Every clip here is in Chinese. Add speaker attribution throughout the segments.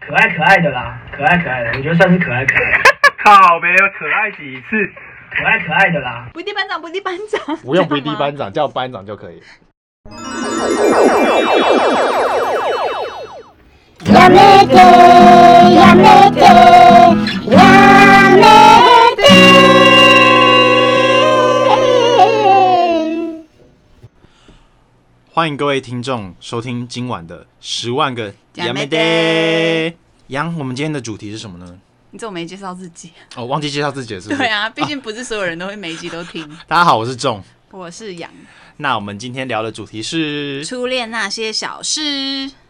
Speaker 1: 可爱可爱的啦，可爱可爱的，我觉得算是可爱可爱的，
Speaker 2: 靠没有可爱几次？
Speaker 1: 可爱可爱的啦。
Speaker 3: 不一定班长，不一定班长，
Speaker 4: 不用
Speaker 3: 这
Speaker 4: 不
Speaker 3: 样
Speaker 4: 滴
Speaker 3: 吗
Speaker 4: 班长，叫班长就可以。
Speaker 5: やめて、やめて、やめて。
Speaker 4: 欢迎各位听众收听今晚的十万个
Speaker 3: やめ
Speaker 4: 得
Speaker 3: て。
Speaker 4: 杨，我们今天的主题是什么呢？
Speaker 3: 你怎么没介绍自己？
Speaker 4: 哦，忘记介绍自己了，是不是？
Speaker 3: 对啊，毕竟不是所有人都会每一集都听。
Speaker 4: 大家好，我是仲。
Speaker 3: 我是杨，
Speaker 4: 那我们今天聊的主题是，
Speaker 3: 初恋那些小事。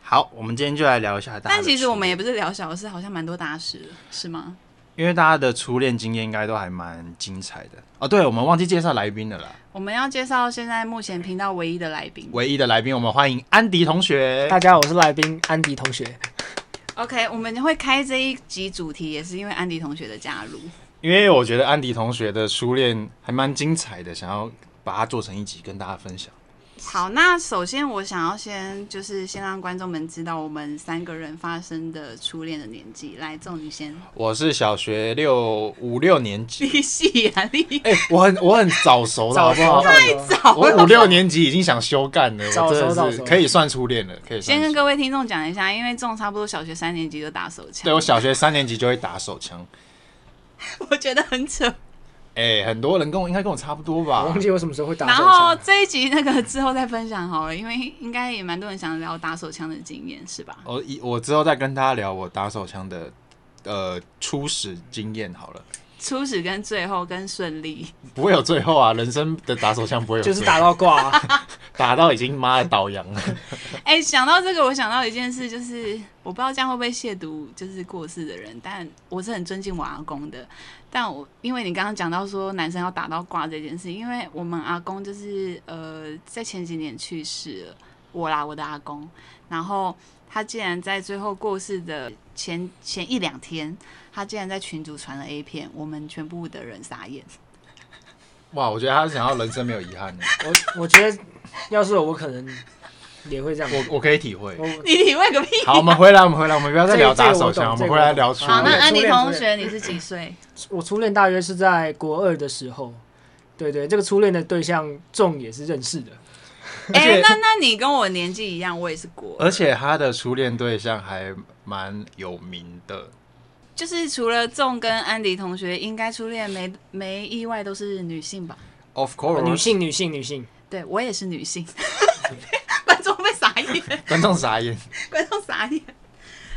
Speaker 4: 好，我们今天就来聊一下大家的初恋。
Speaker 3: 但其实我们也不是聊小事，好像蛮多大事的，是吗？
Speaker 4: 因为大家的初恋经验应该都还蛮精彩的哦。对，我们忘记介绍来宾了啦。
Speaker 3: 我们要介绍现在目前频道唯一的来宾。
Speaker 4: 唯一的来宾，我们欢迎安迪同学。
Speaker 1: 大家好，我是来宾安迪同学。
Speaker 3: OK，我们会开这一集主题，也是因为安迪同学的加入。
Speaker 4: 因为我觉得安迪同学的初恋还蛮精彩的，想要把它做成一集跟大家分享。
Speaker 3: 好，那首先我想要先就是先让观众们知道我们三个人发生的初恋的年纪。来，仲你先，
Speaker 4: 我是小学六五六年级，
Speaker 3: 你戏啊，你
Speaker 4: 哎、我很我很早熟了，好不好？
Speaker 3: 早
Speaker 4: 我五六年级已经想休干了，
Speaker 1: 早
Speaker 4: 我
Speaker 1: 熟
Speaker 4: 真
Speaker 1: 早
Speaker 4: 的是
Speaker 1: 熟
Speaker 4: 可以算初恋了，可以算
Speaker 3: 先跟
Speaker 4: 是
Speaker 3: 各位听众讲一下，因为仲差不多小学三年级就打手枪，
Speaker 4: 对我小学三年级就会打手枪，
Speaker 3: 我觉得很扯。
Speaker 4: 哎、很多人跟我应该跟我差不多
Speaker 1: 我
Speaker 4: 吧
Speaker 1: 忘？记我什么时候会打
Speaker 3: 然
Speaker 1: 手
Speaker 3: 后
Speaker 1: 枪。
Speaker 3: 这一集那个之后再分享好了，因为应该也蛮多人想聊打手枪的经验，是吧？
Speaker 4: 我以我之后再跟大家聊我打手枪的呃初始经验好了，
Speaker 3: 初始跟最后跟顺利，
Speaker 4: 不会有最后啊，人生的打手枪不会有
Speaker 1: 就是
Speaker 4: 最
Speaker 1: 打
Speaker 4: 后
Speaker 1: 到挂、啊，
Speaker 4: 打到已经妈的倒洋了。
Speaker 3: 哎、想到这个，我想到一件事，就是我不知道这样会不会亵渎就是过世的人，但我是很尊敬我阿公的。但我因为你刚刚讲到说男生要打到挂这件事，因为我们阿公就是呃在前几年去世了，我啦我的阿公，然后他竟然在最后过世的前前一两天，他竟然在群组传了 A 片，我们全部的人傻眼。
Speaker 4: 哇，我觉得他想要人生没有遗憾的，
Speaker 1: 我我觉得要是我，我可能也会这样。
Speaker 4: 我我可以体 会
Speaker 1: 我。
Speaker 3: 你体会个屁！
Speaker 4: 好，我们回来，我们回来，我们不要再
Speaker 1: 这个
Speaker 4: 聊打
Speaker 1: 这个
Speaker 4: 手
Speaker 1: 我懂
Speaker 4: 枪，我
Speaker 1: 这
Speaker 4: 们
Speaker 1: 个
Speaker 4: 回来
Speaker 1: 我懂
Speaker 4: 聊初
Speaker 3: 好，那
Speaker 4: 恋。
Speaker 3: 安
Speaker 1: 初
Speaker 3: 妮
Speaker 1: 恋
Speaker 3: 同
Speaker 1: 初
Speaker 3: 学，你是几岁？
Speaker 1: 我初恋大约是在国二的时候，对对，这个初恋的对象仲也是认识的，
Speaker 4: 而
Speaker 3: 哎、
Speaker 4: 且
Speaker 3: 那那你跟我年纪一样，我也是国二
Speaker 4: 而且他的初恋对象还蛮有名的，
Speaker 3: 就是除了仲跟安迪同学，应该初恋没没意外都是女性吧？
Speaker 4: Of
Speaker 1: 女
Speaker 4: course，
Speaker 1: 性女性女性，
Speaker 3: 对我也是女性， 观众被傻眼，
Speaker 4: 观众傻眼。
Speaker 3: 观众傻眼。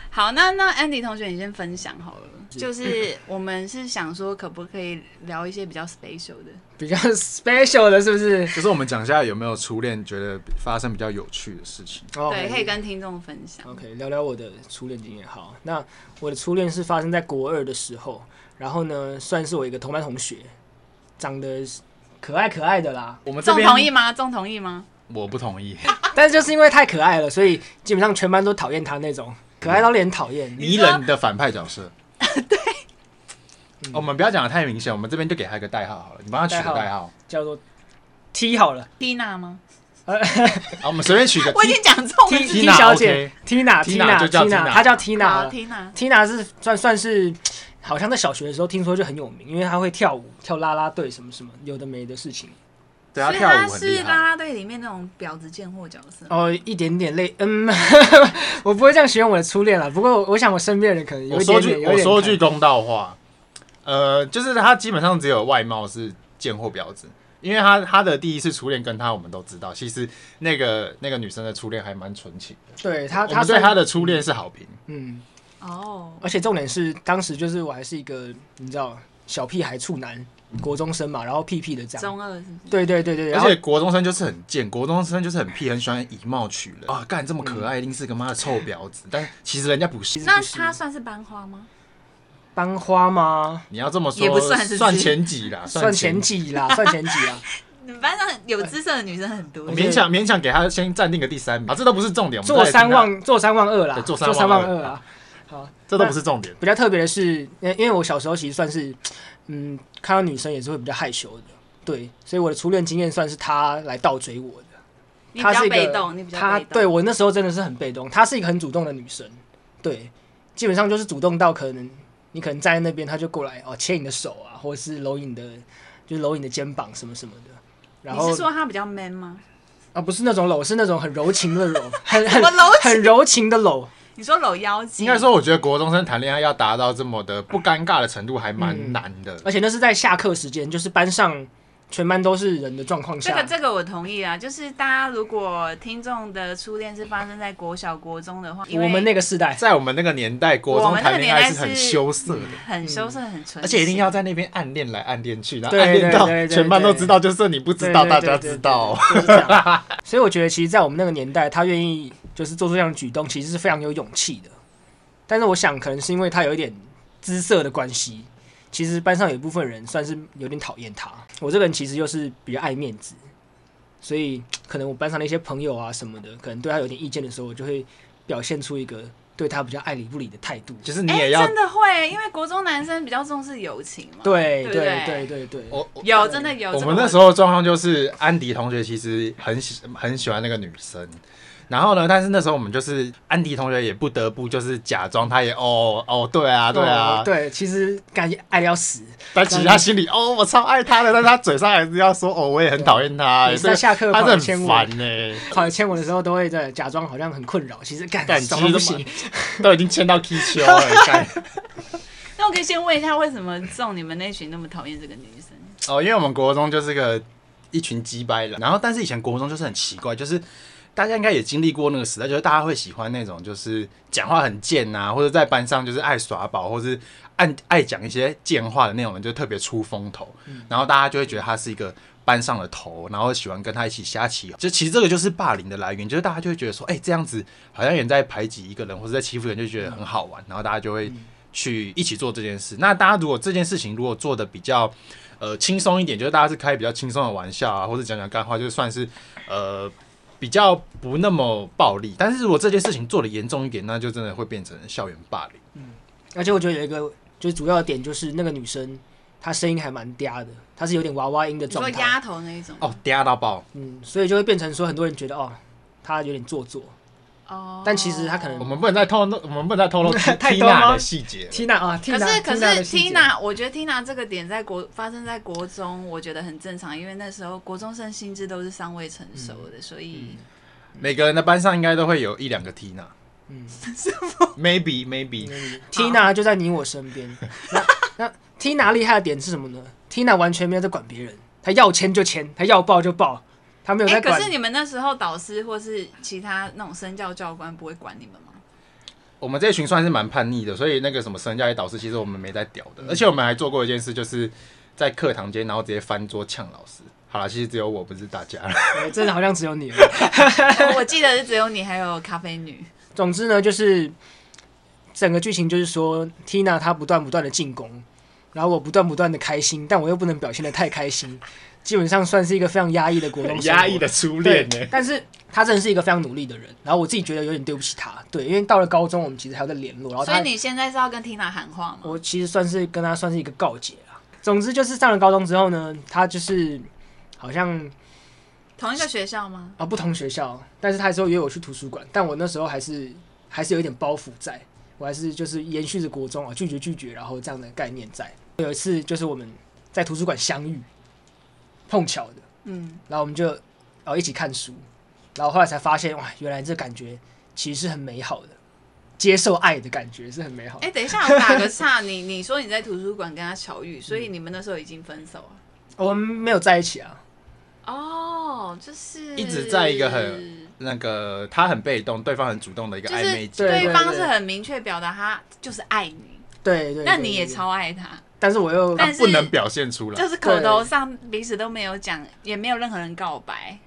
Speaker 3: 好，那那安迪同学，你先分享好了。 就是我们是想说，可不可以聊一些比较 special 的？
Speaker 1: 比较 special 的，是不是？
Speaker 4: 就是我们讲一下有没有初恋觉得发生比较有趣的事情。
Speaker 1: 哦
Speaker 3: 对，可以跟听众分享。
Speaker 4: 哦
Speaker 1: OK，聊聊我的初恋经验。好，那我的初恋是发生在国二的时候，然后呢，算是我一个同班同学，长得可爱可爱的啦，
Speaker 4: 我们这
Speaker 3: 仲
Speaker 4: 边
Speaker 3: 同意吗？仲同意吗？
Speaker 4: 我不同意，
Speaker 1: 但是就是因为太可爱了，所以基本上全班都讨厌他那种，可爱到令人讨厌。
Speaker 4: 泥人的反派角色。哦对，我们不要讲的太明显，我们这边就给他一个代号好了，你帮他取个代
Speaker 1: 代
Speaker 4: 号，
Speaker 1: 叫做 T 好了
Speaker 3: 蒂娜吗？
Speaker 4: 好，我们随便取个
Speaker 3: 我已经讲中
Speaker 1: ，T
Speaker 3: 了。
Speaker 1: T
Speaker 4: Tina，
Speaker 1: 小姐
Speaker 4: Tina，就叫 Tina
Speaker 1: ，Tina，Tina，Tina，她叫
Speaker 3: 好
Speaker 1: Tina
Speaker 3: 蒂娜，
Speaker 1: Tina 是算算是，好像在小学的时候听说就很有名，因为她会跳舞、跳啦啦队什么什么，有的没的事情。
Speaker 4: 对他
Speaker 3: 所以
Speaker 4: 跳
Speaker 3: 她
Speaker 4: 舞很
Speaker 3: 是
Speaker 4: 厉
Speaker 3: 啦
Speaker 4: 害。
Speaker 3: 啦队里面那种婊子贱货角色。
Speaker 1: 哦，一点点累，嗯， 我不会这样形容我的初恋了。不过我我想我身边的人可能有
Speaker 4: 我
Speaker 1: 一
Speaker 4: 说
Speaker 1: 点点，
Speaker 4: 句
Speaker 1: 有一
Speaker 4: 我
Speaker 1: 点
Speaker 4: 说句
Speaker 1: 看
Speaker 4: 公道话，呃，就是他基本上只有外貌是贱货婊子。因为他他的第一次初恋跟他我们都知道，其实那个那个女生的初恋还蛮纯情的，
Speaker 1: 对他，
Speaker 4: 我
Speaker 1: 他
Speaker 4: 们对
Speaker 1: 算
Speaker 4: 他的初恋是好评。
Speaker 1: 嗯，
Speaker 3: 哦，
Speaker 1: 而且重点是当时就是我还是一个你知道小屁孩处男，国中生嘛，然后屁屁的这样，
Speaker 3: 中二是不是？
Speaker 1: 对对对对，
Speaker 4: 而
Speaker 1: 然后
Speaker 4: 且国中生就是很贱，国中生就是很屁，很喜欢以貌取人啊！干这么可爱，
Speaker 1: 嗯
Speaker 4: 一定是个妈的臭婊子。但其实人家不是，
Speaker 3: 那他算是班花吗？
Speaker 1: 班花吗？
Speaker 4: 你要这么说，
Speaker 3: 也不算是不是
Speaker 4: 算前几啦，
Speaker 1: 算前
Speaker 4: 前几，
Speaker 1: 几啦，算前几啊啦，
Speaker 3: 你们班上有姿色的女生很多
Speaker 4: 我，勉强勉强给他先暂定个第三名啊！这都不是重 点，我们
Speaker 1: 做
Speaker 4: 再来
Speaker 1: 三
Speaker 4: 听他，啊
Speaker 1: 望做三望二啦，
Speaker 4: 对做
Speaker 1: 做
Speaker 4: 三望二
Speaker 1: 望二啦。好，
Speaker 4: 这都不是重点。
Speaker 1: 比较特别的是，呃因为我小时候其实算是，嗯，看到女生也是会比较害羞的，对，所以我的初恋经验算是她来倒追我的。
Speaker 3: 你比
Speaker 1: 她
Speaker 3: 较
Speaker 1: 是一个
Speaker 3: 被动，你比较
Speaker 1: 她
Speaker 3: 被动。
Speaker 1: 对我那时候真的是很被动，她是一个很主动的女生，对，基本上就是主动到可能你可能站在那边，他就过来哦牵你的手啊，或者是搂你的，就是搂你的肩膀什么什么的。然
Speaker 3: 你
Speaker 1: 后
Speaker 3: 是说他比较 man 吗？
Speaker 1: 啊，不是那种搂，是那种很柔情的搂， 很很
Speaker 3: 么搂情
Speaker 1: 很柔情的搂。
Speaker 3: 你说搂腰肌？
Speaker 4: 应该
Speaker 1: 嗯
Speaker 4: 说，我觉得国中生谈恋爱要达到这么的不尴尬的程度，还
Speaker 1: 嗯
Speaker 4: 蛮难的。
Speaker 1: 而且那是在下课时间，就是班上全班都是人的状况
Speaker 3: 这
Speaker 1: 下，
Speaker 3: 个这个我同意啊，就是大家如果听众的初恋是发生在国小国中的话，因为
Speaker 1: 我们那个时代，
Speaker 4: 在我们那个年代，国中谈恋爱是很羞涩的，
Speaker 3: 很羞涩很纯情，
Speaker 4: 而且一定要在那边暗恋来暗恋去，然后
Speaker 1: 对
Speaker 4: 暗恋到
Speaker 1: 对对对
Speaker 4: 全班都知道，就剩你不知道，
Speaker 1: 对
Speaker 4: 大
Speaker 1: 对对
Speaker 4: 家知道。
Speaker 1: 就是这样。 所以我觉得，其实，在我们那个年代，他愿意就是做出这样的举动，其实是非常有勇气的。但是，我想可能是因为他有一点姿色的关系，其实班上有一部分人算是有点讨厌他。我这个人其实又是比较爱面子，所以可能我班上的一些朋友啊什么的，可能对他有点意见的时候，我就会表现出一个对他比较爱理不理的态度。
Speaker 4: 就是你
Speaker 3: 哎、
Speaker 4: 也要
Speaker 3: 真，的会，因为国中男生比较重视友情嘛。
Speaker 1: 对
Speaker 3: 对不
Speaker 1: 对
Speaker 3: 对
Speaker 1: 对对对，
Speaker 4: 我我
Speaker 3: 有真的有。
Speaker 4: 我
Speaker 3: 这
Speaker 4: 们
Speaker 3: 个
Speaker 4: 那时候状况就是，安迪同学其实很喜很喜欢那个女生，然后呢，但是那时候我们就是安迪同学也不得不就是假装他也哦哦对啊对啊，
Speaker 1: 对，其实感觉爱得要死。
Speaker 4: 但其实他心里哦我超爱他的，但他嘴上还是要说哦我也很讨厌他，
Speaker 1: 每次
Speaker 4: 这个
Speaker 1: 在下课
Speaker 4: 他
Speaker 1: 跑来
Speaker 4: 是
Speaker 1: 牵
Speaker 4: 很
Speaker 1: 我
Speaker 4: 烦欸呢、
Speaker 1: 跑来牵我的时候，都会在假装好像很困扰，其实干
Speaker 4: 干
Speaker 1: 爽
Speaker 4: 其
Speaker 1: 到
Speaker 4: 实
Speaker 1: 不
Speaker 4: 都
Speaker 1: 行。
Speaker 4: 都已经牵到踢球 了，干
Speaker 3: 那我可以先问一下，为什么送你们那群那么讨厌这个女生？
Speaker 4: 哦，因为我们国中就是个一群鸡掰人，然后但是以前国中就是很奇怪，就是大家应该也经历过那个时代，就是大家会喜欢那种就是讲话很贱啊，或者在班上就是爱耍宝，或是爱爱讲一些贱话的那种人，就特别出风头，然后大家就会觉得他是一个。班上的头，然后喜欢跟他一起瞎起，就其实这个就是霸凌的来源，就是大家就会觉得说，哎、这样子好像也在排挤一个人，或者在欺负人，就觉得很好玩，然后大家就会去一起做这件事。那大家如果这件事情如果做的比较呃轻松一点，就是大家是开比较轻松的玩笑啊，或者讲讲干话，就算是呃比较不那么暴力。但是如果这件事情做的严重一点，那就真的会变成校园霸凌。
Speaker 1: 而且我觉得有一个就是主要的点，就是那个女生她声音还蛮嗲的，她是有点娃娃音的
Speaker 3: 你说
Speaker 1: 状
Speaker 3: 丫
Speaker 1: 态，
Speaker 3: 头那一种？
Speaker 4: 哦，嗲到爆！
Speaker 1: 嗯，所以就会变成说很多人觉得哦，她有点做作。
Speaker 3: 哦
Speaker 1: 但其实她可能
Speaker 4: 我们不能再透露，我们不能再透 露
Speaker 1: 太
Speaker 4: Tina
Speaker 1: 多吗
Speaker 4: 的细节了。
Speaker 1: Tina 啊
Speaker 3: 可
Speaker 1: ，Tina，
Speaker 3: 是可是
Speaker 1: Tina 的细节
Speaker 3: Tina，我觉哦得 Tina 这个点在国发生在国中，我觉得很正常，因为那时候国中生心智都是尚未成熟的，
Speaker 1: 嗯
Speaker 3: 所以
Speaker 4: 每个人的班上应该都会有一两个 Tina。
Speaker 1: 嗯
Speaker 4: Maybe maybe，
Speaker 1: Tina 就在你我身边。 那那 Tina 厉害的点是什么呢？Tina 完全没有在管别人，她要签就签，她要抱就抱，她没有
Speaker 3: 哎、
Speaker 1: 在
Speaker 3: 可
Speaker 1: 管。
Speaker 3: 是你们那时候导师或是其他那种身教教官不会管你们 吗？
Speaker 4: 我们这一群算是蛮叛逆的，所以那个什么神教也导师，其实我们没在屌的。
Speaker 1: 嗯
Speaker 4: 而且我们还做过一件事，就是在课堂间，然后直接翻桌呛老师。好了，其实只有我，不是大家。
Speaker 1: 哎真的好像只有你了。
Speaker 3: 哦我我记得是只有你还有咖啡女，
Speaker 1: 总之呢，就是整个剧情就是说，Tina 她不断不断的进攻，然后我不断不断的开心，但我又不能表现的太开心，基本上算是一个非常压抑的国中
Speaker 4: 很
Speaker 1: 生活
Speaker 4: 压抑的初恋欸呢、
Speaker 1: 对但是他真的是一个非常努力的人，然后我自己觉得有点对不起他，对，因为到了高中我们其实还有在联络，然后
Speaker 3: 所以
Speaker 1: 哦他
Speaker 3: 你现在是要跟 Tina 喊话 吗？
Speaker 1: 我其实算是跟他算是一个告解啊。总之就是上了高中之后呢，他就是好像
Speaker 3: 同一个学校吗？
Speaker 1: 啊，不同学校，但是他还是会约我去图书馆，但我那时候还是还是有一点包袱在，我还是就是延续着国中啊拒绝拒绝，然后这样的概念在。有一次就是我们在图书馆相遇，碰巧的，
Speaker 3: 嗯，
Speaker 1: 然后我们就哦一起看书，然后后来才发现哇，原来这感觉其实是很美好的，接受爱的感觉是很美好
Speaker 3: 哎、
Speaker 1: 的。
Speaker 3: 等一下，我打 个岔，你你说你在图书馆跟他巧遇，所以
Speaker 1: 嗯
Speaker 3: 你们那时候已经分手了。
Speaker 1: 我们没有在一起啊，
Speaker 3: 哦，就是
Speaker 4: 一直在一个很那个他很被动，对方很主动的一个
Speaker 3: 就
Speaker 4: 暧
Speaker 3: 是
Speaker 4: 昧期。
Speaker 1: 对
Speaker 3: 对方是很明确表达他就是爱你，
Speaker 1: 对对
Speaker 3: 那
Speaker 1: 对
Speaker 3: 你
Speaker 1: 对
Speaker 3: 也
Speaker 1: 对
Speaker 3: 超爱他，
Speaker 1: 但是我又
Speaker 3: 但
Speaker 4: 他
Speaker 3: 是
Speaker 4: 不能表现出来
Speaker 3: 就。是口头上彼此都没有讲，也没有任何人告白。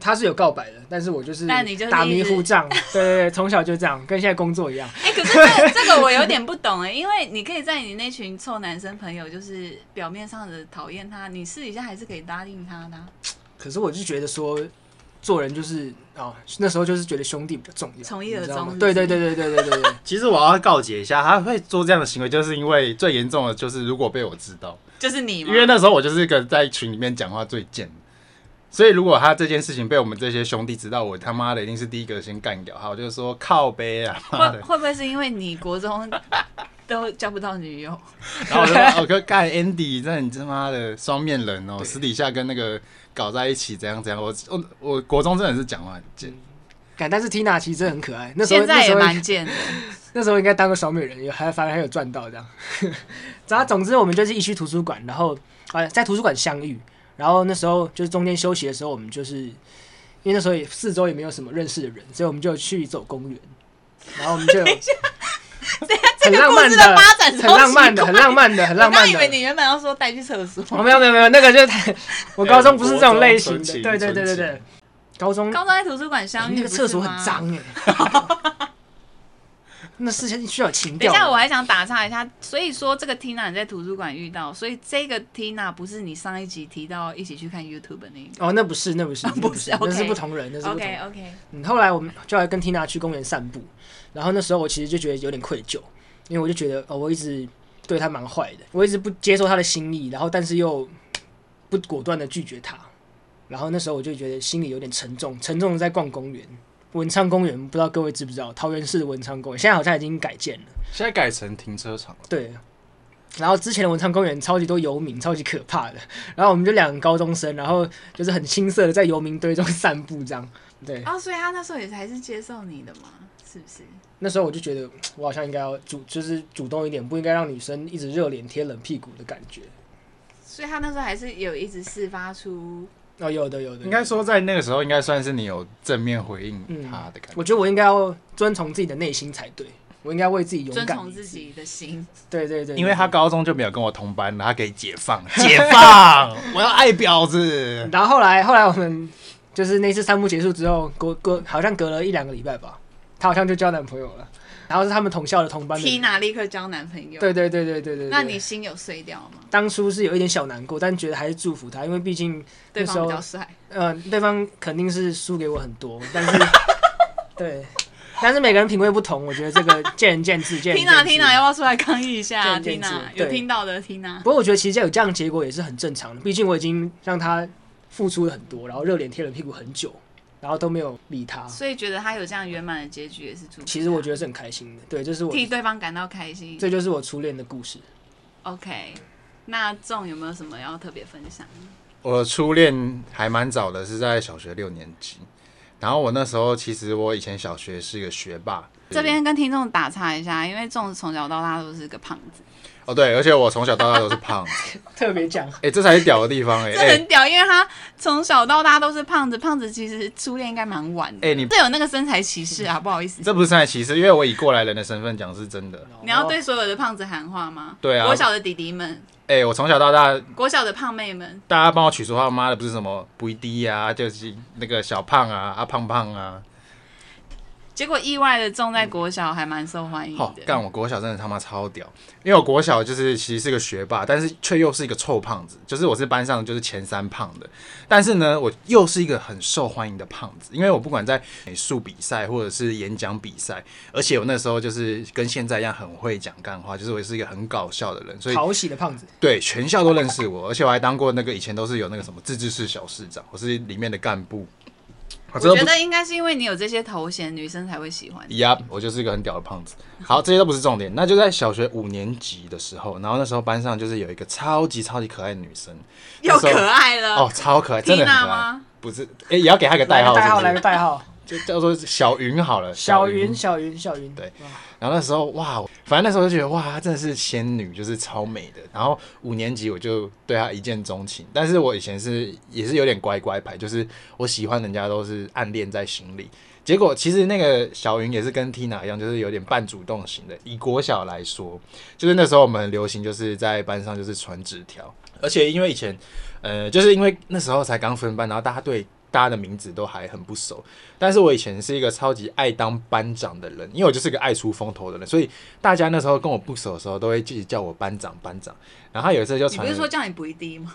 Speaker 1: 他是有告白的，但是我就是
Speaker 3: 但你就是
Speaker 1: 打
Speaker 3: 一
Speaker 1: 迷
Speaker 3: 直
Speaker 1: 糊仗，对对对，从小就这样，跟现在工作一样。
Speaker 3: 哎、可是这这个我有点不懂哎、因为你可以在你那群臭男生朋友，就是表面上的讨厌他，你私底下还是可以答应他的啊、
Speaker 1: 可是我就觉得说，做人就是啊、哦，那时候就是觉得兄弟比较重要，
Speaker 3: 从一而
Speaker 1: 你知道吗
Speaker 3: 终
Speaker 1: 对
Speaker 3: 是
Speaker 1: 对
Speaker 3: 不
Speaker 1: 对对对对对 对，
Speaker 4: 其实我要告诫一下，他会做这样的行为，就是因为最严重的就是如果被我知道，
Speaker 3: 就是你吗
Speaker 4: 因？为那时候我就是一个在群里面讲话最贱的，所以如果他这件事情被我们这些兄弟知道，我他妈的一定是第一个先干掉他。我就说靠背 啊，妈
Speaker 3: 会
Speaker 4: 的，
Speaker 3: 会不会是因为你国中都交不到女友？
Speaker 4: 然后我就说我哥干 Andy，那你他妈的双面人哦，私底下跟那个搞在一起怎样怎样。我我我国中真的是讲话很贱，
Speaker 1: 感，但是 Tina 其实真的很可爱，那时候
Speaker 3: 现在
Speaker 1: 那
Speaker 3: 也
Speaker 1: 时候
Speaker 3: 蛮贱的。
Speaker 1: 那时候应该当个小美人，也还反而还有赚到这样。 然后总之我们就是一去图书馆，然后呃在图书馆相遇，然后那时候就是中间休息的时候，我们就是因为那时候也四周也没有什么认识的人，所以我们就去走公园，然后我们 就很浪漫
Speaker 3: 这个故事的发展
Speaker 1: 很浪漫的，
Speaker 3: 超奇怪
Speaker 1: 很浪漫的，很浪漫
Speaker 3: 我刚以为
Speaker 1: 的。
Speaker 3: 你原本要说带去厕所，
Speaker 1: 哦我没有没有没有，那个就是 我高中不是这种类型
Speaker 4: 哎我
Speaker 1: 的，
Speaker 4: 国中
Speaker 1: 对对对对
Speaker 4: 纯
Speaker 1: 对，高中
Speaker 3: 高中在图书馆
Speaker 1: 哎
Speaker 3: 相遇，
Speaker 1: 那个厕所
Speaker 3: 不是吗
Speaker 1: 很。脏 哎、那事先需要有情
Speaker 3: 等
Speaker 1: 调
Speaker 3: 一
Speaker 1: 的。
Speaker 3: 下，我还想打岔一下，所以说这个 Tina 你在图书馆遇到，所以这个 Tina 不是你上一集提到一起去看 YouTube 的那一个。
Speaker 1: 哦，那不是，那不是，那
Speaker 3: 哦不 是
Speaker 1: 那是
Speaker 3: OK
Speaker 1: 不同人，那是不同
Speaker 3: OK
Speaker 1: 人。
Speaker 3: OK，
Speaker 1: 嗯，后来我们就来跟 Tina 去公园散步，然后那时候我其实就觉得有点愧疚，因为我就觉得哦，我一直对她蛮坏的，我一直不接受她的心意，然后但是又不果断的拒绝她，然后那时候我就觉得心里有点沉重，沉重的在逛公园。文昌公园不知道各位知不知道，桃园市的文昌公园现在好像已经改建了。
Speaker 4: 现在改成停车场了。
Speaker 1: 对。然后之前的文昌公园超级多游民，超级可怕的。然后我们就两个高中生，然后就是很青涩的在游民堆中散步，这样。对，
Speaker 3: 哦，所以他那时候也还是接受你的嘛，是不是？
Speaker 1: 那时候我就觉得我好像应该要主，就是主动一点，不应该让女生一直热脸贴冷屁股的感觉。
Speaker 3: 所以他那时候还是有一直释发出，
Speaker 1: 哦，有的有的，
Speaker 4: 应该，说在那个时候，应该算是你有正面回应他的
Speaker 3: 嗯
Speaker 4: 感觉。
Speaker 1: 我觉得我应该要遵从自己的内心才对，我应该为自己勇
Speaker 3: 遵
Speaker 1: 敢。
Speaker 3: 从自。己的心。
Speaker 1: 对对对，
Speaker 4: 因为他
Speaker 1: 刚。
Speaker 4: 高中就没有跟我同班了，他给解 放，解放！我要爱婊子。
Speaker 1: 然后后来后来我们就是那次散步结束之后，隔隔好像隔了一两个礼拜吧，她好像就交男朋友了。然后是他们同校的同班的人
Speaker 3: Tina 立刻交男朋友。
Speaker 1: 对对对对对对对。
Speaker 3: 那你心有碎掉吗？
Speaker 1: 当初是有一点小难过，但觉得还是祝福他，因为毕竟
Speaker 3: 对
Speaker 1: 那时
Speaker 3: 方
Speaker 1: 候
Speaker 3: 比较帅，
Speaker 1: 呃对方肯定是输给我很多，但是对，但是每个人品味不同，我觉得这个见仁见智，见仁见
Speaker 3: Tina
Speaker 1: 智。
Speaker 3: Tina 要不要出来抗议一下啊
Speaker 1: 见仁见智
Speaker 3: ？Tina 有
Speaker 1: 对
Speaker 3: 听到的 Tina，
Speaker 1: 不过我觉得其实有这样的结果也是很正常的，毕竟我已经让他付出了很多，然后热脸贴冷屁股很久，然后都没有理他。
Speaker 3: 所以觉得他有这样圆满的结局也是祝福他。
Speaker 1: 其实我觉得是很开心的，对，这是我
Speaker 3: 替对方感到开心。
Speaker 1: 这就是我初恋的故事。
Speaker 3: OK，那仲有没有什么要特别分享？
Speaker 4: 嗯我的初恋还蛮早的，是在小学六年级。然后我那时候其实我以前小学是一个学霸，
Speaker 3: 这边跟听众打岔一下，因为仲从小到大都是个胖子，
Speaker 4: 哦对，而且我从小到大都是 胖子，
Speaker 1: 特别讲，
Speaker 4: 哎、这才是屌的地方哎、
Speaker 3: 这
Speaker 4: 哎
Speaker 3: 很屌，因为他从小到大都是胖子，胖子其实初恋应该蛮晚的。
Speaker 4: 哎你嗯
Speaker 3: 这有那个身材歧视啊，不好意思。
Speaker 4: 这不是身材歧视，因为我以过来人的身份讲是真的。
Speaker 3: 你要对所有的胖子喊话吗？
Speaker 4: 对啊
Speaker 3: 国小的弟弟们，
Speaker 4: 哎、我从小到大，
Speaker 3: 国小的胖妹们，
Speaker 4: 大家帮我取绰号，妈的不是什么不一滴啊，就是那个小胖啊，啊胖胖啊。
Speaker 3: 结果意外的仲在国小还蛮受欢迎
Speaker 4: 好、
Speaker 3: 的。
Speaker 4: 干我国小真的他妈超屌，因为我国小就是其实是个学霸，但是却又是一个臭胖子，就是我是班上就是前三胖的，但是呢，我又是一个很受欢迎的胖子，因为我不管在美术比赛或者是演讲比赛，而且我那时候就是跟现在一样很会讲干话，就是我是一个很搞笑的人，所以
Speaker 1: 讨喜的胖子，
Speaker 4: 对，全校都认识我，而且我还当过那个以前都是有那个什么自治市小市长，我是里面的干部。我真
Speaker 3: 我
Speaker 4: 的
Speaker 3: 觉
Speaker 4: 不
Speaker 3: 得应该是因为你有这些头衔，女生才会喜欢你。
Speaker 4: 呀我就是一个很屌的胖子。好，这些都不是重点。那就在小学五年级的时候，然后那时候班上就是有一个超级超级可爱的女生，
Speaker 3: 又
Speaker 4: 那时候
Speaker 3: 可爱了
Speaker 4: 哦，超可爱，真的很
Speaker 3: Tina
Speaker 4: 可爱
Speaker 3: 吗。
Speaker 4: 不是，哎、也要给她一个代
Speaker 1: 来
Speaker 4: 号
Speaker 1: 个代号，
Speaker 4: 是
Speaker 1: 来
Speaker 4: 不
Speaker 1: 个
Speaker 4: 是
Speaker 1: 代号，
Speaker 4: 就叫做小云好了。
Speaker 1: 小云，小云，小云，
Speaker 4: 对
Speaker 1: 哇，
Speaker 4: 然后那时候哇，反正那时候就觉得哇，她真的是仙女，就是超美的。然后五年级我就对她一见钟情，但是我以前是也是有点乖乖牌，就是我喜欢人家都是暗恋在心里。结果其实那个小云也是跟 Tina 一样，就是有点半主动型的。以国小来说，就是那时候我们很流行，就是在班上就是传纸条，而且因为以前，呃，就是因为那时候才刚分班，然后大家对大家的名字都还很不熟。但是我以前是一个超级爱当班长的人，因为我就是个爱出风头的人，所以大家那时候跟我不熟的时候，都会自己叫我班长班长。然后他有一次就
Speaker 3: 你
Speaker 4: 传
Speaker 3: 不
Speaker 4: 了，
Speaker 3: 是说叫你不一滴吗？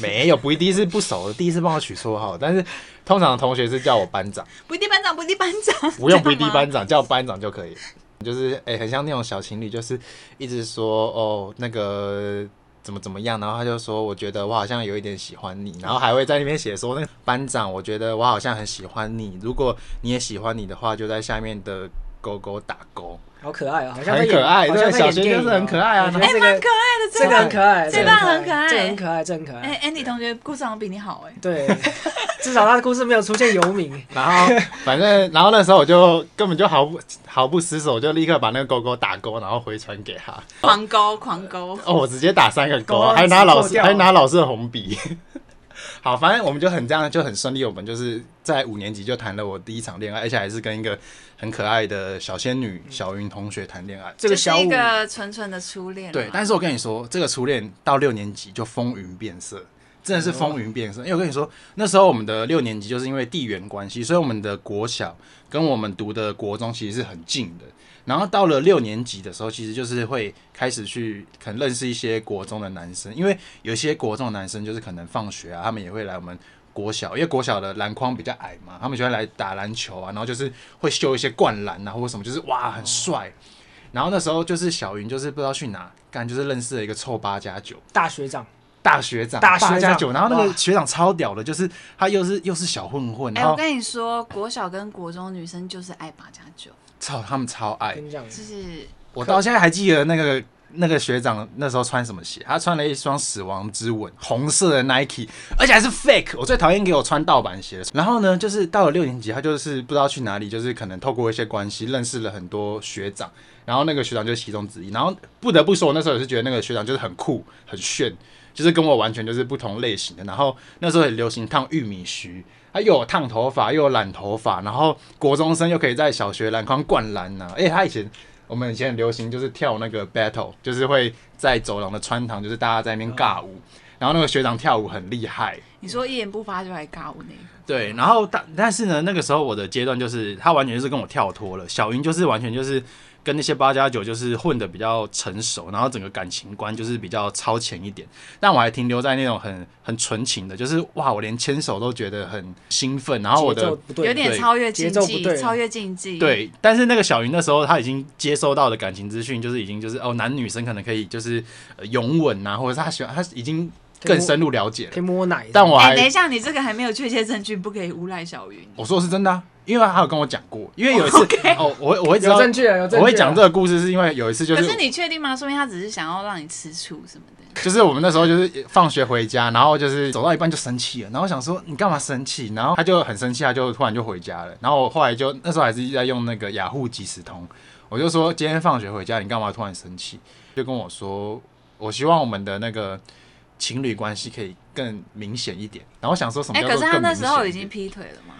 Speaker 4: 没有不一定是不熟的，第一次帮我取绰号，但是通常同学是叫我班长。
Speaker 3: 不一定班长，不一定班长，
Speaker 4: 不用
Speaker 3: 这
Speaker 4: 不一
Speaker 3: 样吗
Speaker 4: 定班长，叫班长就可以。就是哎、欸很像那种小情侣，就是一直说哦，那个怎么怎么样，然后他就说我觉得我好像有一点喜欢你，然后还会在那边写说那个班长，我觉得我好像很喜欢你，如果你也喜欢你的话，就在下面的勾勾打勾。
Speaker 1: 好可爱啊，好像在
Speaker 4: 很
Speaker 1: 演
Speaker 4: 可爱，
Speaker 1: 好像
Speaker 4: 对，
Speaker 1: 在
Speaker 4: 小
Speaker 1: 演
Speaker 4: 学
Speaker 1: 电
Speaker 4: 就
Speaker 1: 影
Speaker 4: 是
Speaker 1: 哦
Speaker 4: 很可爱啊。
Speaker 1: 我觉
Speaker 4: 然后
Speaker 1: 得
Speaker 3: 哎，
Speaker 1: 这
Speaker 3: 蛮
Speaker 1: 个
Speaker 3: 可爱的，
Speaker 1: 这个
Speaker 3: 段
Speaker 1: 很可爱，
Speaker 3: 这
Speaker 1: 个
Speaker 3: 段很可爱，
Speaker 1: 这个很可爱，这个很可爱。
Speaker 3: 哎，Andy 同学故事好像比你好哎，
Speaker 1: 对， 至少他的故事没有出现游 民。
Speaker 4: 然后反正，然后那时候我就根本就毫不毫不失手，我就立刻把那个勾勾打勾，然后回传给他。
Speaker 3: 狂勾狂勾，
Speaker 4: 哦，我直接打三个勾
Speaker 1: 勾，到
Speaker 4: 还拿老
Speaker 1: 自己
Speaker 4: 师
Speaker 1: 扣掉
Speaker 4: 还拿老师的红笔。好，反正我们就很这样，就很顺利。我们就是在五年级就谈了我第一场恋爱，而且还是跟一个很可爱的小仙女小云同学谈恋爱。
Speaker 1: 这个
Speaker 3: 就是
Speaker 1: 小
Speaker 3: 一
Speaker 1: 五，
Speaker 3: 个纯纯的初恋嘛，啊
Speaker 4: 对，但是我跟你说，这个初恋到六年级就风云变色，真的是风云变色。因为我跟你说，那时候我们的六年级就是因为地缘关系，所以我们的国小跟我们读的国中其实是很近的。然后到了六年级的时候，其实就是会开始去可能认识一些国中的男生，因为有些国中的男生就是可能放学啊，他们也会来我们国小，因为国小的篮筐比较矮嘛，他们喜欢来打篮球啊，然后就是会秀一些灌篮啊或者什么，就是哇很帅。然后那时候就是小云，就是不知道去哪干，就是认识了一个臭八加九
Speaker 1: 大学长，
Speaker 4: 大学长，
Speaker 1: 大学长
Speaker 4: 八加九。然后那个
Speaker 1: 哇
Speaker 4: 学长超屌的，就是他又是又是小混混，
Speaker 3: 哎、
Speaker 4: 然
Speaker 3: 我
Speaker 4: 后
Speaker 3: 跟你说，国小跟国中女生就是爱八加九，
Speaker 4: 操他们超爱
Speaker 1: 跟。你讲，
Speaker 3: 就是
Speaker 4: 我到现在还记得那个那个学长那时候穿什么鞋，他穿了一双死亡之吻，红色的 Nike，而且还是 fake。我最讨厌给我穿盗版鞋。然后呢，就是到了六年级，他就是不知道去哪里，就是可能透过一些关系认识了很多学长，然后那个学长就是其中之一。然后不得不说，我那时候也是觉得那个学长就是很酷很炫。就是跟我完全就是不同类型的，然后那时候很流行烫玉米须，他又有烫头发，又有染头发，然后国中生又可以在小学篮筐灌篮呐、啊。而且他以前我们以前很流行就是跳那个 battle，就是会在走廊的穿堂，就是大家在那边尬舞，然后那个学长跳舞很厉害。
Speaker 3: 你说一言不发就来尬舞那一个，
Speaker 4: 对，然后但但是呢，那个时候我的阶段就是他完全就是跟我跳脱了，小云就是完全就是跟那些八加九就是混的比较成熟，然后整个感情观就是比较超前一点，但我还停留在那种很很纯情的，就是哇，我连牵手都觉得很兴奋，然后我
Speaker 1: 节奏
Speaker 4: 的
Speaker 1: 不对，
Speaker 3: 有点超越禁
Speaker 1: 节奏不
Speaker 3: 忌，
Speaker 1: 对
Speaker 3: 超越哎禁忌，，
Speaker 4: 对，但是那个小云那时候她已经接收到的感情资讯，就是已经就是哦，男女生可能可以就是、呃拥吻啊，或者是他喜欢，他已经更深入了解
Speaker 1: 可以
Speaker 4: 了。
Speaker 1: 摸奶的。
Speaker 4: 但我
Speaker 3: 哎、
Speaker 4: 还、
Speaker 3: 等一下，你这个还没有确切证据，不可以诬赖小云。
Speaker 4: 我说的是真的、啊，因为他有跟我讲过，因为有一次哦，我我会知道
Speaker 1: 有证据啊，有证据啊。
Speaker 4: 我会讲这个故事是因为有一次就
Speaker 3: 可
Speaker 4: 是
Speaker 3: 是你确定吗？说明他只是想要让你吃醋什么的。
Speaker 4: 就是我们那时候就是放学回家，然后就是走到一半就生气了，然后想说你干嘛生气？然后他就很生气，他就突然就回家了。然后我后来就那时候还是在用那个雅虎即时通，我就说今天放学回家你干嘛突然生气？就跟我说我希望我们的那个情侣关系可以更明显一点。然后我想说什么
Speaker 3: 哎、
Speaker 4: 叫
Speaker 3: 可
Speaker 4: 做
Speaker 3: 是
Speaker 4: 更明
Speaker 3: 他
Speaker 4: 显一点？
Speaker 3: 那时候已经劈腿了嘛？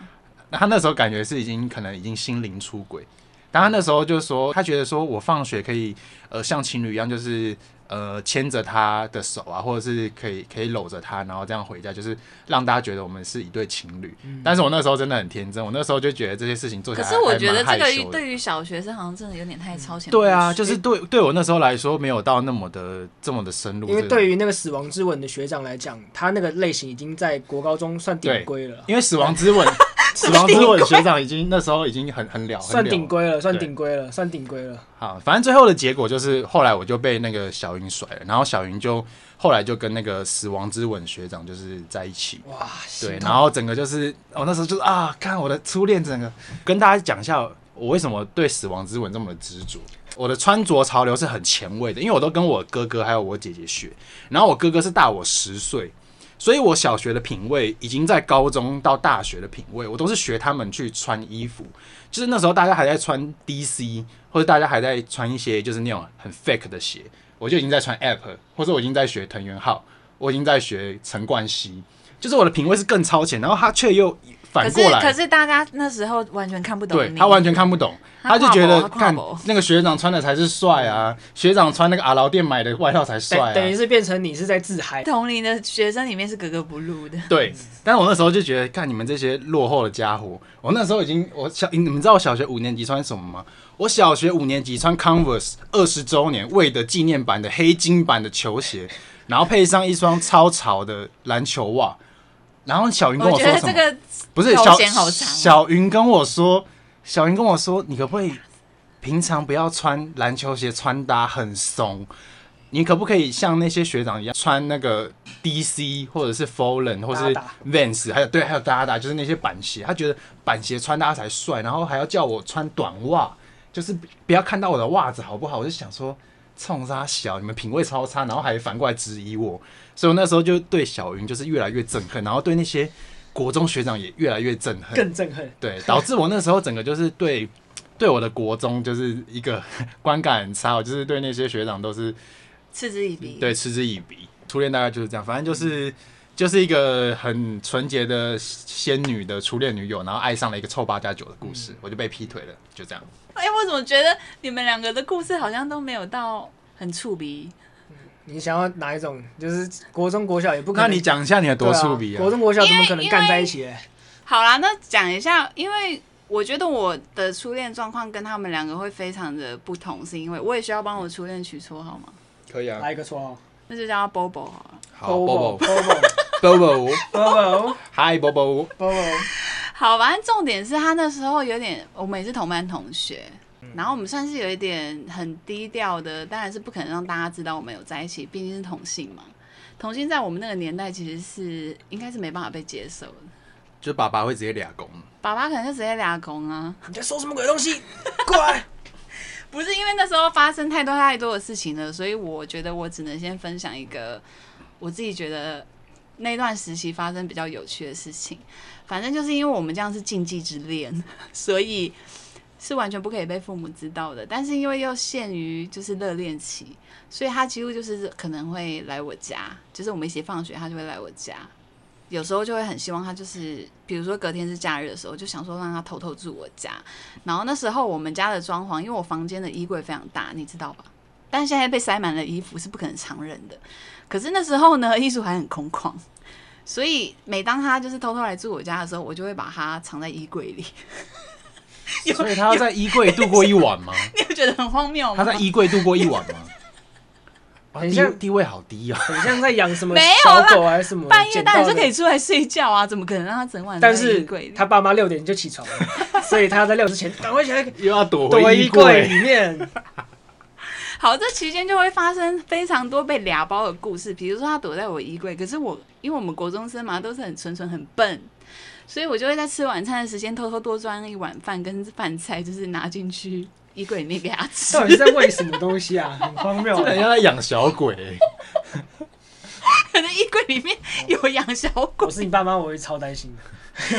Speaker 4: 那他那时候感觉是已经可能已经心灵出轨，但他那时候就说，他觉得说我放学可以呃像情侣一样，就是呃牵着他的手啊，或者是可以可以搂着他，然后这样回家，就是让大家觉得我们是一对情侣。但是我那时候真的很天真，我那时候就觉得这些事情做起
Speaker 3: 嗯可
Speaker 4: 来
Speaker 3: 是我
Speaker 4: 还
Speaker 3: 觉得
Speaker 4: 还蛮害
Speaker 3: 这个
Speaker 4: 羞的
Speaker 3: 对于小学生好像真的有点太超前部署。
Speaker 4: 对啊，就是对对我那时候来说没有到那么的这么的深入，
Speaker 1: 因为
Speaker 4: 这个
Speaker 1: 对于那个死亡之吻的学长来讲，他那个类型已经在国高中算顶规了，
Speaker 4: 因为死亡之吻，死亡之吻学长已经那时候已经很很了，很
Speaker 1: 算
Speaker 4: 了
Speaker 1: 顶规了，算
Speaker 4: 对
Speaker 1: 顶规了，算顶规了。
Speaker 4: 好，反正最后的结果就是，后来我就被那个小云甩了，然后小云就后来就跟那个死亡之吻学长就是在一起。
Speaker 1: 哇，
Speaker 4: 对，
Speaker 1: 心痛
Speaker 4: 然后整个就是，我、那时候就是啊，看我的初恋，整个跟大家讲一下，我为什么对死亡之吻这么的执着。我的穿着潮流是很前卫的，因为我都跟我哥哥还有我姐姐学，然后我哥哥是大我十岁，所以我小学的品味已经在高中到大学的品味，我都是学他们去穿衣服。就是那时候大家还在穿 DC，或者大家还在穿一些就是那种很 fake 的鞋，我就已经在穿 App，或者我已经在学藤原浩，我已经在学陈冠希，就是我的品味是更超前，然后他却又
Speaker 3: 可
Speaker 4: 反
Speaker 3: 是
Speaker 4: 过来，
Speaker 3: 可是大家那时候完全看不懂
Speaker 4: 对
Speaker 3: 你，
Speaker 4: 他完全看不懂，
Speaker 3: 他
Speaker 4: 他就觉得
Speaker 3: 跨博他跨
Speaker 4: 看
Speaker 3: 博
Speaker 4: 那个学长穿的才是帅啊，学长穿那个阿劳店买的外套才帅、
Speaker 1: 等
Speaker 4: 啊，
Speaker 1: 等于是变成你是在自嗨。
Speaker 3: 同龄的学生里面是格格不入的。
Speaker 4: 对，但是我那时候就觉得，看你们这些落后的家伙，我那时候已经，我小，你们知道我小学五年级穿什么吗？我小学五年级穿 Converse 二十周年为的纪念版的黑金版的球鞋，然后配上一双超潮的篮球袜。然后小云跟
Speaker 3: 我
Speaker 4: 我
Speaker 3: 觉
Speaker 4: 说什
Speaker 3: 得
Speaker 4: 么？
Speaker 3: 这个
Speaker 4: 不是
Speaker 3: 头
Speaker 4: 小
Speaker 3: 衔好长哦
Speaker 4: 小云跟我说，小云跟我说，你可不可以平常不要穿篮球鞋穿搭很怂？你可不可以像那些学长一样穿那个 DC 或者是 Fallen 或是
Speaker 1: 达达
Speaker 4: Vans，还有对，还有达达，就是那些板鞋，他觉得板鞋穿搭才帅，然后还要叫我穿短袜，就是不要看到我的袜子好不好？我就想说，冲他小，你们品味超差，然后还反过来质疑我，所以我那时候就对小云就是越来越憎恨，然后对那些国中学长也越来越憎恨，
Speaker 1: 更憎恨。
Speaker 4: 对，导致我那时候整个就是对对我的国中就是一个 观感很差，我就是对那些学长都是
Speaker 3: 嗤之以鼻。
Speaker 4: 对嗤之以鼻。初恋大概就是这样，反正就是、就是一个很纯洁的仙女的初恋女友，然后爱上了一个臭八加九的故
Speaker 1: 嗯
Speaker 4: 事，我就被劈腿了，就这样。
Speaker 3: 哎、我怎么觉得你们两个的故事好像都没有到很触鼻？
Speaker 1: 你想要哪一种？就是国中、国小也不可
Speaker 4: 那
Speaker 1: 能。
Speaker 4: 你讲一下你的多
Speaker 1: 对
Speaker 4: 触鼻啊？
Speaker 1: 国中、国小怎么可能
Speaker 3: 因为
Speaker 1: 干在一起、欸？
Speaker 3: 好啦，那讲一下，因为我觉得我的初恋状况跟他们两个会非常的不同，是因为我也需要帮我初恋取绰号吗？
Speaker 4: 可以啊，
Speaker 1: 来一个绰号
Speaker 3: 那就叫他 Bobo 好了。
Speaker 4: 好，Bobo
Speaker 1: Bobo
Speaker 4: Bobo
Speaker 1: Bobo
Speaker 4: Hi Bobo，
Speaker 1: Bobo，
Speaker 3: 好，反正重点是他那时候有点，我们也是同班同学，然后我们算是有一点很低调的，当然是不可能让大家知道我们有在一起，毕竟是同性嘛。同性在我们那个年代其实是应该是没办法被接受的，
Speaker 4: 就爸爸会直接俩拱，
Speaker 3: 爸爸可能就直接俩拱啊，
Speaker 1: 你在说什么鬼东西？过来！
Speaker 3: 不是因为那时候发生太多太多的事情了，所以我觉得我只能先分享一个我自己觉得那段时期发生比较有趣的事情。反正就是因为我们这样是禁忌之恋， 所以是完全不可以被父母知道的。但是因为又限于就是热恋期，所以他几乎就是可能会来我家，就是我们一起放学，他就会来我家。有时候就会很希望他就是，比如说隔天是假日的时候，就想说让他偷偷住我家，然后那时候我们家的装潢，因为我房间的衣柜非常大，你知道吧？但现在被塞满了衣服是不可能常忍的。可是那时候呢， 艺术还很空旷，所以每当他就是偷偷来住我家的时候，我就会把它藏在衣柜里。
Speaker 4: 所以他要在衣柜度过一晚 吗？
Speaker 3: 你有觉得很荒谬吗？
Speaker 4: 他在衣柜度过一晚 吗？哇，
Speaker 1: 很
Speaker 4: 地
Speaker 1: 像
Speaker 4: 地位好低啊！
Speaker 1: 很像在养什么
Speaker 3: 没有
Speaker 1: 小
Speaker 3: 啦
Speaker 1: 狗啊还是什么？
Speaker 3: 半夜当然
Speaker 1: 捡到
Speaker 3: 是
Speaker 1: 的
Speaker 3: 可以，出来睡觉啊，怎么可能让他整晚
Speaker 1: 但
Speaker 3: 在衣
Speaker 1: 是
Speaker 3: 柜里？
Speaker 1: 他爸妈六点就起床了， 所以他在六之前赶快起来
Speaker 4: 又要 躲
Speaker 1: 躲
Speaker 4: 回
Speaker 1: 回
Speaker 4: 衣
Speaker 1: 衣
Speaker 4: 柜
Speaker 1: 柜里面。
Speaker 3: 好，这期间就会发生非常多被俩包的故事，比如说他躲在我衣柜，可是我因为我们国中生嘛，都是很纯纯很笨，所以我就会在吃晚餐的时间偷偷多装一碗饭跟饭菜，就是拿进去衣柜里面给他吃
Speaker 1: 到。底是在喂什么东西啊？ 很荒谬
Speaker 4: 真的很
Speaker 1: 啊。
Speaker 4: 像在养小鬼、
Speaker 3: 可能衣柜里面有养小鬼
Speaker 1: 我，是你爸妈，我会超担心的。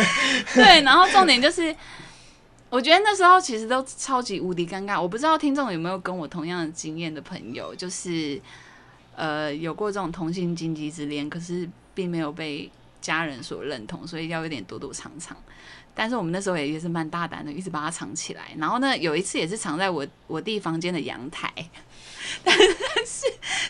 Speaker 3: 对，然后重点就是，我觉得那时候其实都超级无敌尴尬。我不知道听众有没有跟我同样的经验的朋友，就是呃有过这种同性禁忌之恋，可是并没有被家人所认同，所以要有点躲躲藏藏。但是我们那时候也也是蛮大胆的，一直把它藏起来。然后呢，有一次也是藏在我我弟房间的阳台，但是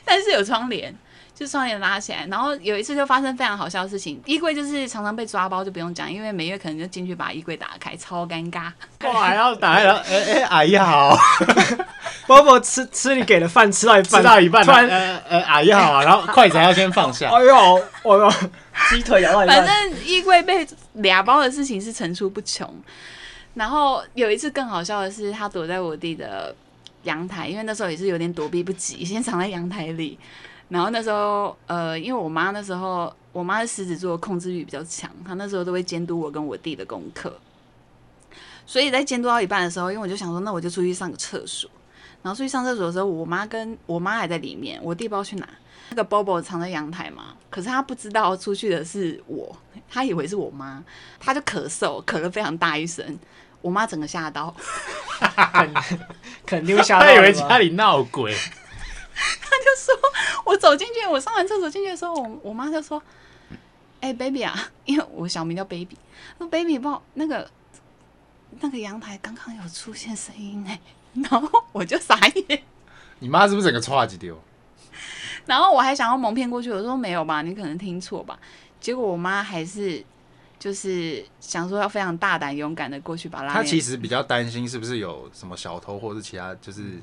Speaker 3: 但是 有窗帘，就双眼拉起来，然后有一次就发生非常好笑的事情，衣柜就是常常被抓包，就不用讲，因为每月可能就进去把衣柜打开，超尴尬。
Speaker 4: 哇，还要打，还 要哎哎，阿姨好，
Speaker 1: 包包吃吃你给的饭，吃到一
Speaker 4: 吃到一半，
Speaker 1: 突然，
Speaker 4: 呃呃，阿姨 好，然后筷子还要先放下
Speaker 1: 哎，呦，哎呦，鸡腿咬到一
Speaker 3: 反
Speaker 1: 半，
Speaker 3: 正衣柜被俩包的事情是层出不穷。然后有一次更好笑的是，他躲在我弟的阳台，因为那时候也是有点躲避不及，先藏在阳台里。然后那时候，呃，因为我妈那时候，我妈是狮子座，控制欲比较强，她那时候都会监督我跟我弟的功课。所以在监督到一半的时候，因为我就想说，那我就出去上个厕所。然后出去上厕所的时候，我妈跟我妈还在里面，我弟不知道去哪。那个 Bobo 藏在阳台嘛，可是他不知道出去的是我，他以为是我妈，他就咳嗽，咳了非常大一声，我妈整个吓到，
Speaker 1: 肯肯定会吓到
Speaker 4: 他
Speaker 1: 的吧。
Speaker 4: 以为家里闹鬼，
Speaker 3: 我走进去，我上完厕所进去的时候，我我妈就说：“哎、b a b y 啊，因为我小名叫 baby，她说 baby 不好，那个那个阳台刚刚有出现声音哎、然后我就傻眼，
Speaker 4: 你妈是不是整个叉几丢？
Speaker 3: 然后我还想要蒙骗过去，我说没有吧，你可能听错吧。结果我妈还是就是想说要非常大胆勇敢的过去把拉
Speaker 4: 她
Speaker 3: 链。
Speaker 4: 其实比较担心是不是有什么小偷或是其他就是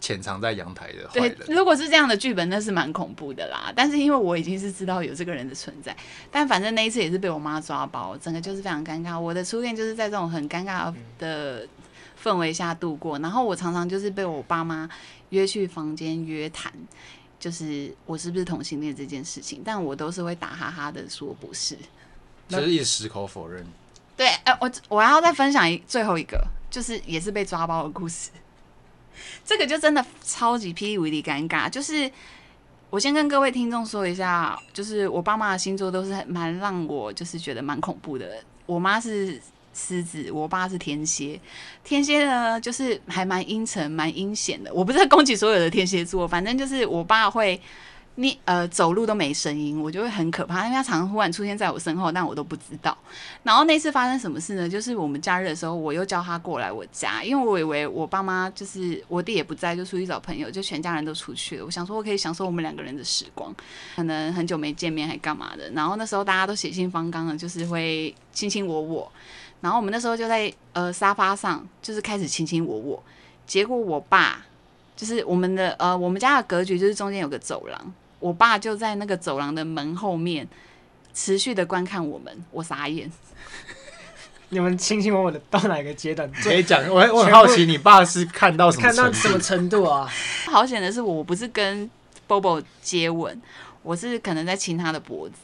Speaker 4: 潜藏在阳台的坏
Speaker 3: 对，
Speaker 4: 人。
Speaker 3: 如果是这样的剧本，那是蛮恐怖的啦。但是因为我已经是知道有这个人的存在，但反正那一次也是被我妈抓包，整个就是非常尴尬。我的初恋就是在这种很尴尬的氛围下度过，然后我常常就是被我爸妈约去房间约谈。就是我是不是同性恋这件事情，但我都是会打哈哈的说不是。
Speaker 4: 其实一直矢口否认。
Speaker 3: 对，哎、我我还要再分享一最后一个，就是也是被抓包的故事。 这个就真的超级霹雳无敌尴尬，就是我先跟各位听众说一下，就是我爸妈的星座都是很蛮让我就是觉得蛮恐怖的。我妈是狮子，我爸是天蝎。天蝎呢，就是还蛮阴沉、蛮阴险的。我不是在攻击所有的天蝎座，反正就是我爸会。你呃，走路都没声音，我就会很可怕，因为他常常忽然出现在我身后，但我都不知道。然后那次发生什么事呢？就是我们假日的时候，我又叫他过来我家，因为我以为我爸妈就是我弟也不在，就出去找朋友，就全家人都出去了。我想说，我可以享受我们两个人的时光，可能很久没见面还干嘛的。然后那时候大家都血性方刚的，就是会卿卿我我。然后我们那时候就在呃沙发上，就是开始卿卿我我。结果我爸就是我们的呃我们家的格局就是中间有个走廊，我爸就在那个走廊的门后面持续的观看我们，我傻眼。
Speaker 1: 你们卿卿我我的到哪个阶段？
Speaker 4: 可以讲，我我很好奇，你爸是看到什么
Speaker 1: 看
Speaker 4: 程
Speaker 1: 到
Speaker 4: 度？
Speaker 1: 什么程度啊？
Speaker 3: 好险的是我，我不是跟 Bobo 接吻，我是可能在亲他的脖子，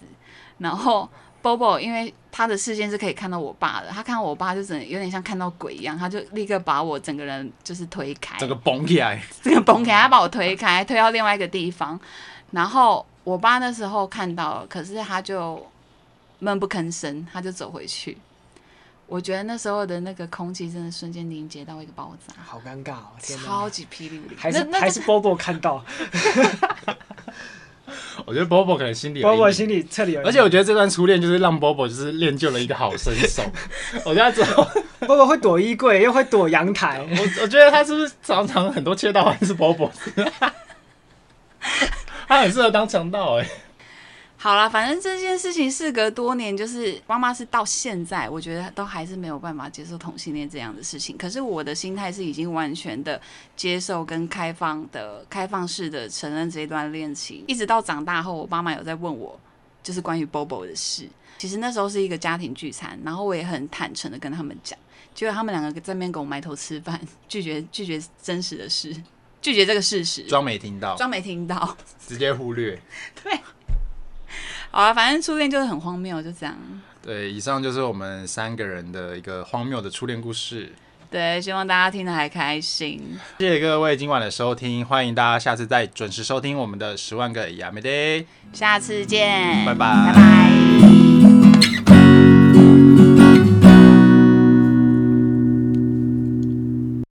Speaker 3: 然后 Bobo 因为他的视线是可以看到我爸的，他看到我爸就整有点像看到鬼一样，他就立刻把我整个人就是推开，
Speaker 4: 整个崩起来，
Speaker 3: 这个崩开，他把我推开，推到另外一个地方。然后我爸那时候看到了，可是他就闷不吭声，他就走回去。我觉得那时候的那个空气真的瞬间凝结到一个爆炸，
Speaker 1: 好尴尬哦！天
Speaker 3: 超
Speaker 1: 哪，
Speaker 3: 级霹雳无敌。
Speaker 1: 还
Speaker 3: 那
Speaker 1: 是
Speaker 3: 那
Speaker 1: 还是 Bobo 看到
Speaker 4: 我觉得 Bobo 可能心里有阴影
Speaker 1: ，Bobo 心里这里有，
Speaker 4: 而且我觉得这段初恋就是让 Bobo 就是练就了一个好身手。我觉得他之后，
Speaker 1: Bobo 会躲衣柜，又会躲阳台。
Speaker 4: 我我觉得他是不是常常很多窃盗案是 Bobo？他很适合当强盗哎、
Speaker 3: 好啦，反正这件事情事隔多年，就是妈妈是到现在，我觉得都还是没有办法接受同性恋这样的事情。可是我的心态是已经完全的接受跟开放的、开放式的承认这段恋情，一直到长大后，我爸妈有在问我，就是关于 Bobo 的事。其实那时候是一个家庭聚餐，然后我也很坦诚的跟他们讲，结果他们两个在那边跟我埋头吃饭，拒绝拒绝真实的事，拒绝这个事实，
Speaker 4: 装没听到，
Speaker 3: 装没听到。
Speaker 4: 直接忽略。
Speaker 3: 好啊，反正初恋就是很荒谬，就这样。
Speaker 4: 对，以上就是我们三个人的一个荒谬的初恋故事。
Speaker 3: 对，希望大家听得还开心。
Speaker 4: 谢谢各位今晚的收听，欢迎大家下次再准时收听我们的十万个亚美 day，
Speaker 3: 下次见，
Speaker 4: 拜拜
Speaker 3: 拜拜。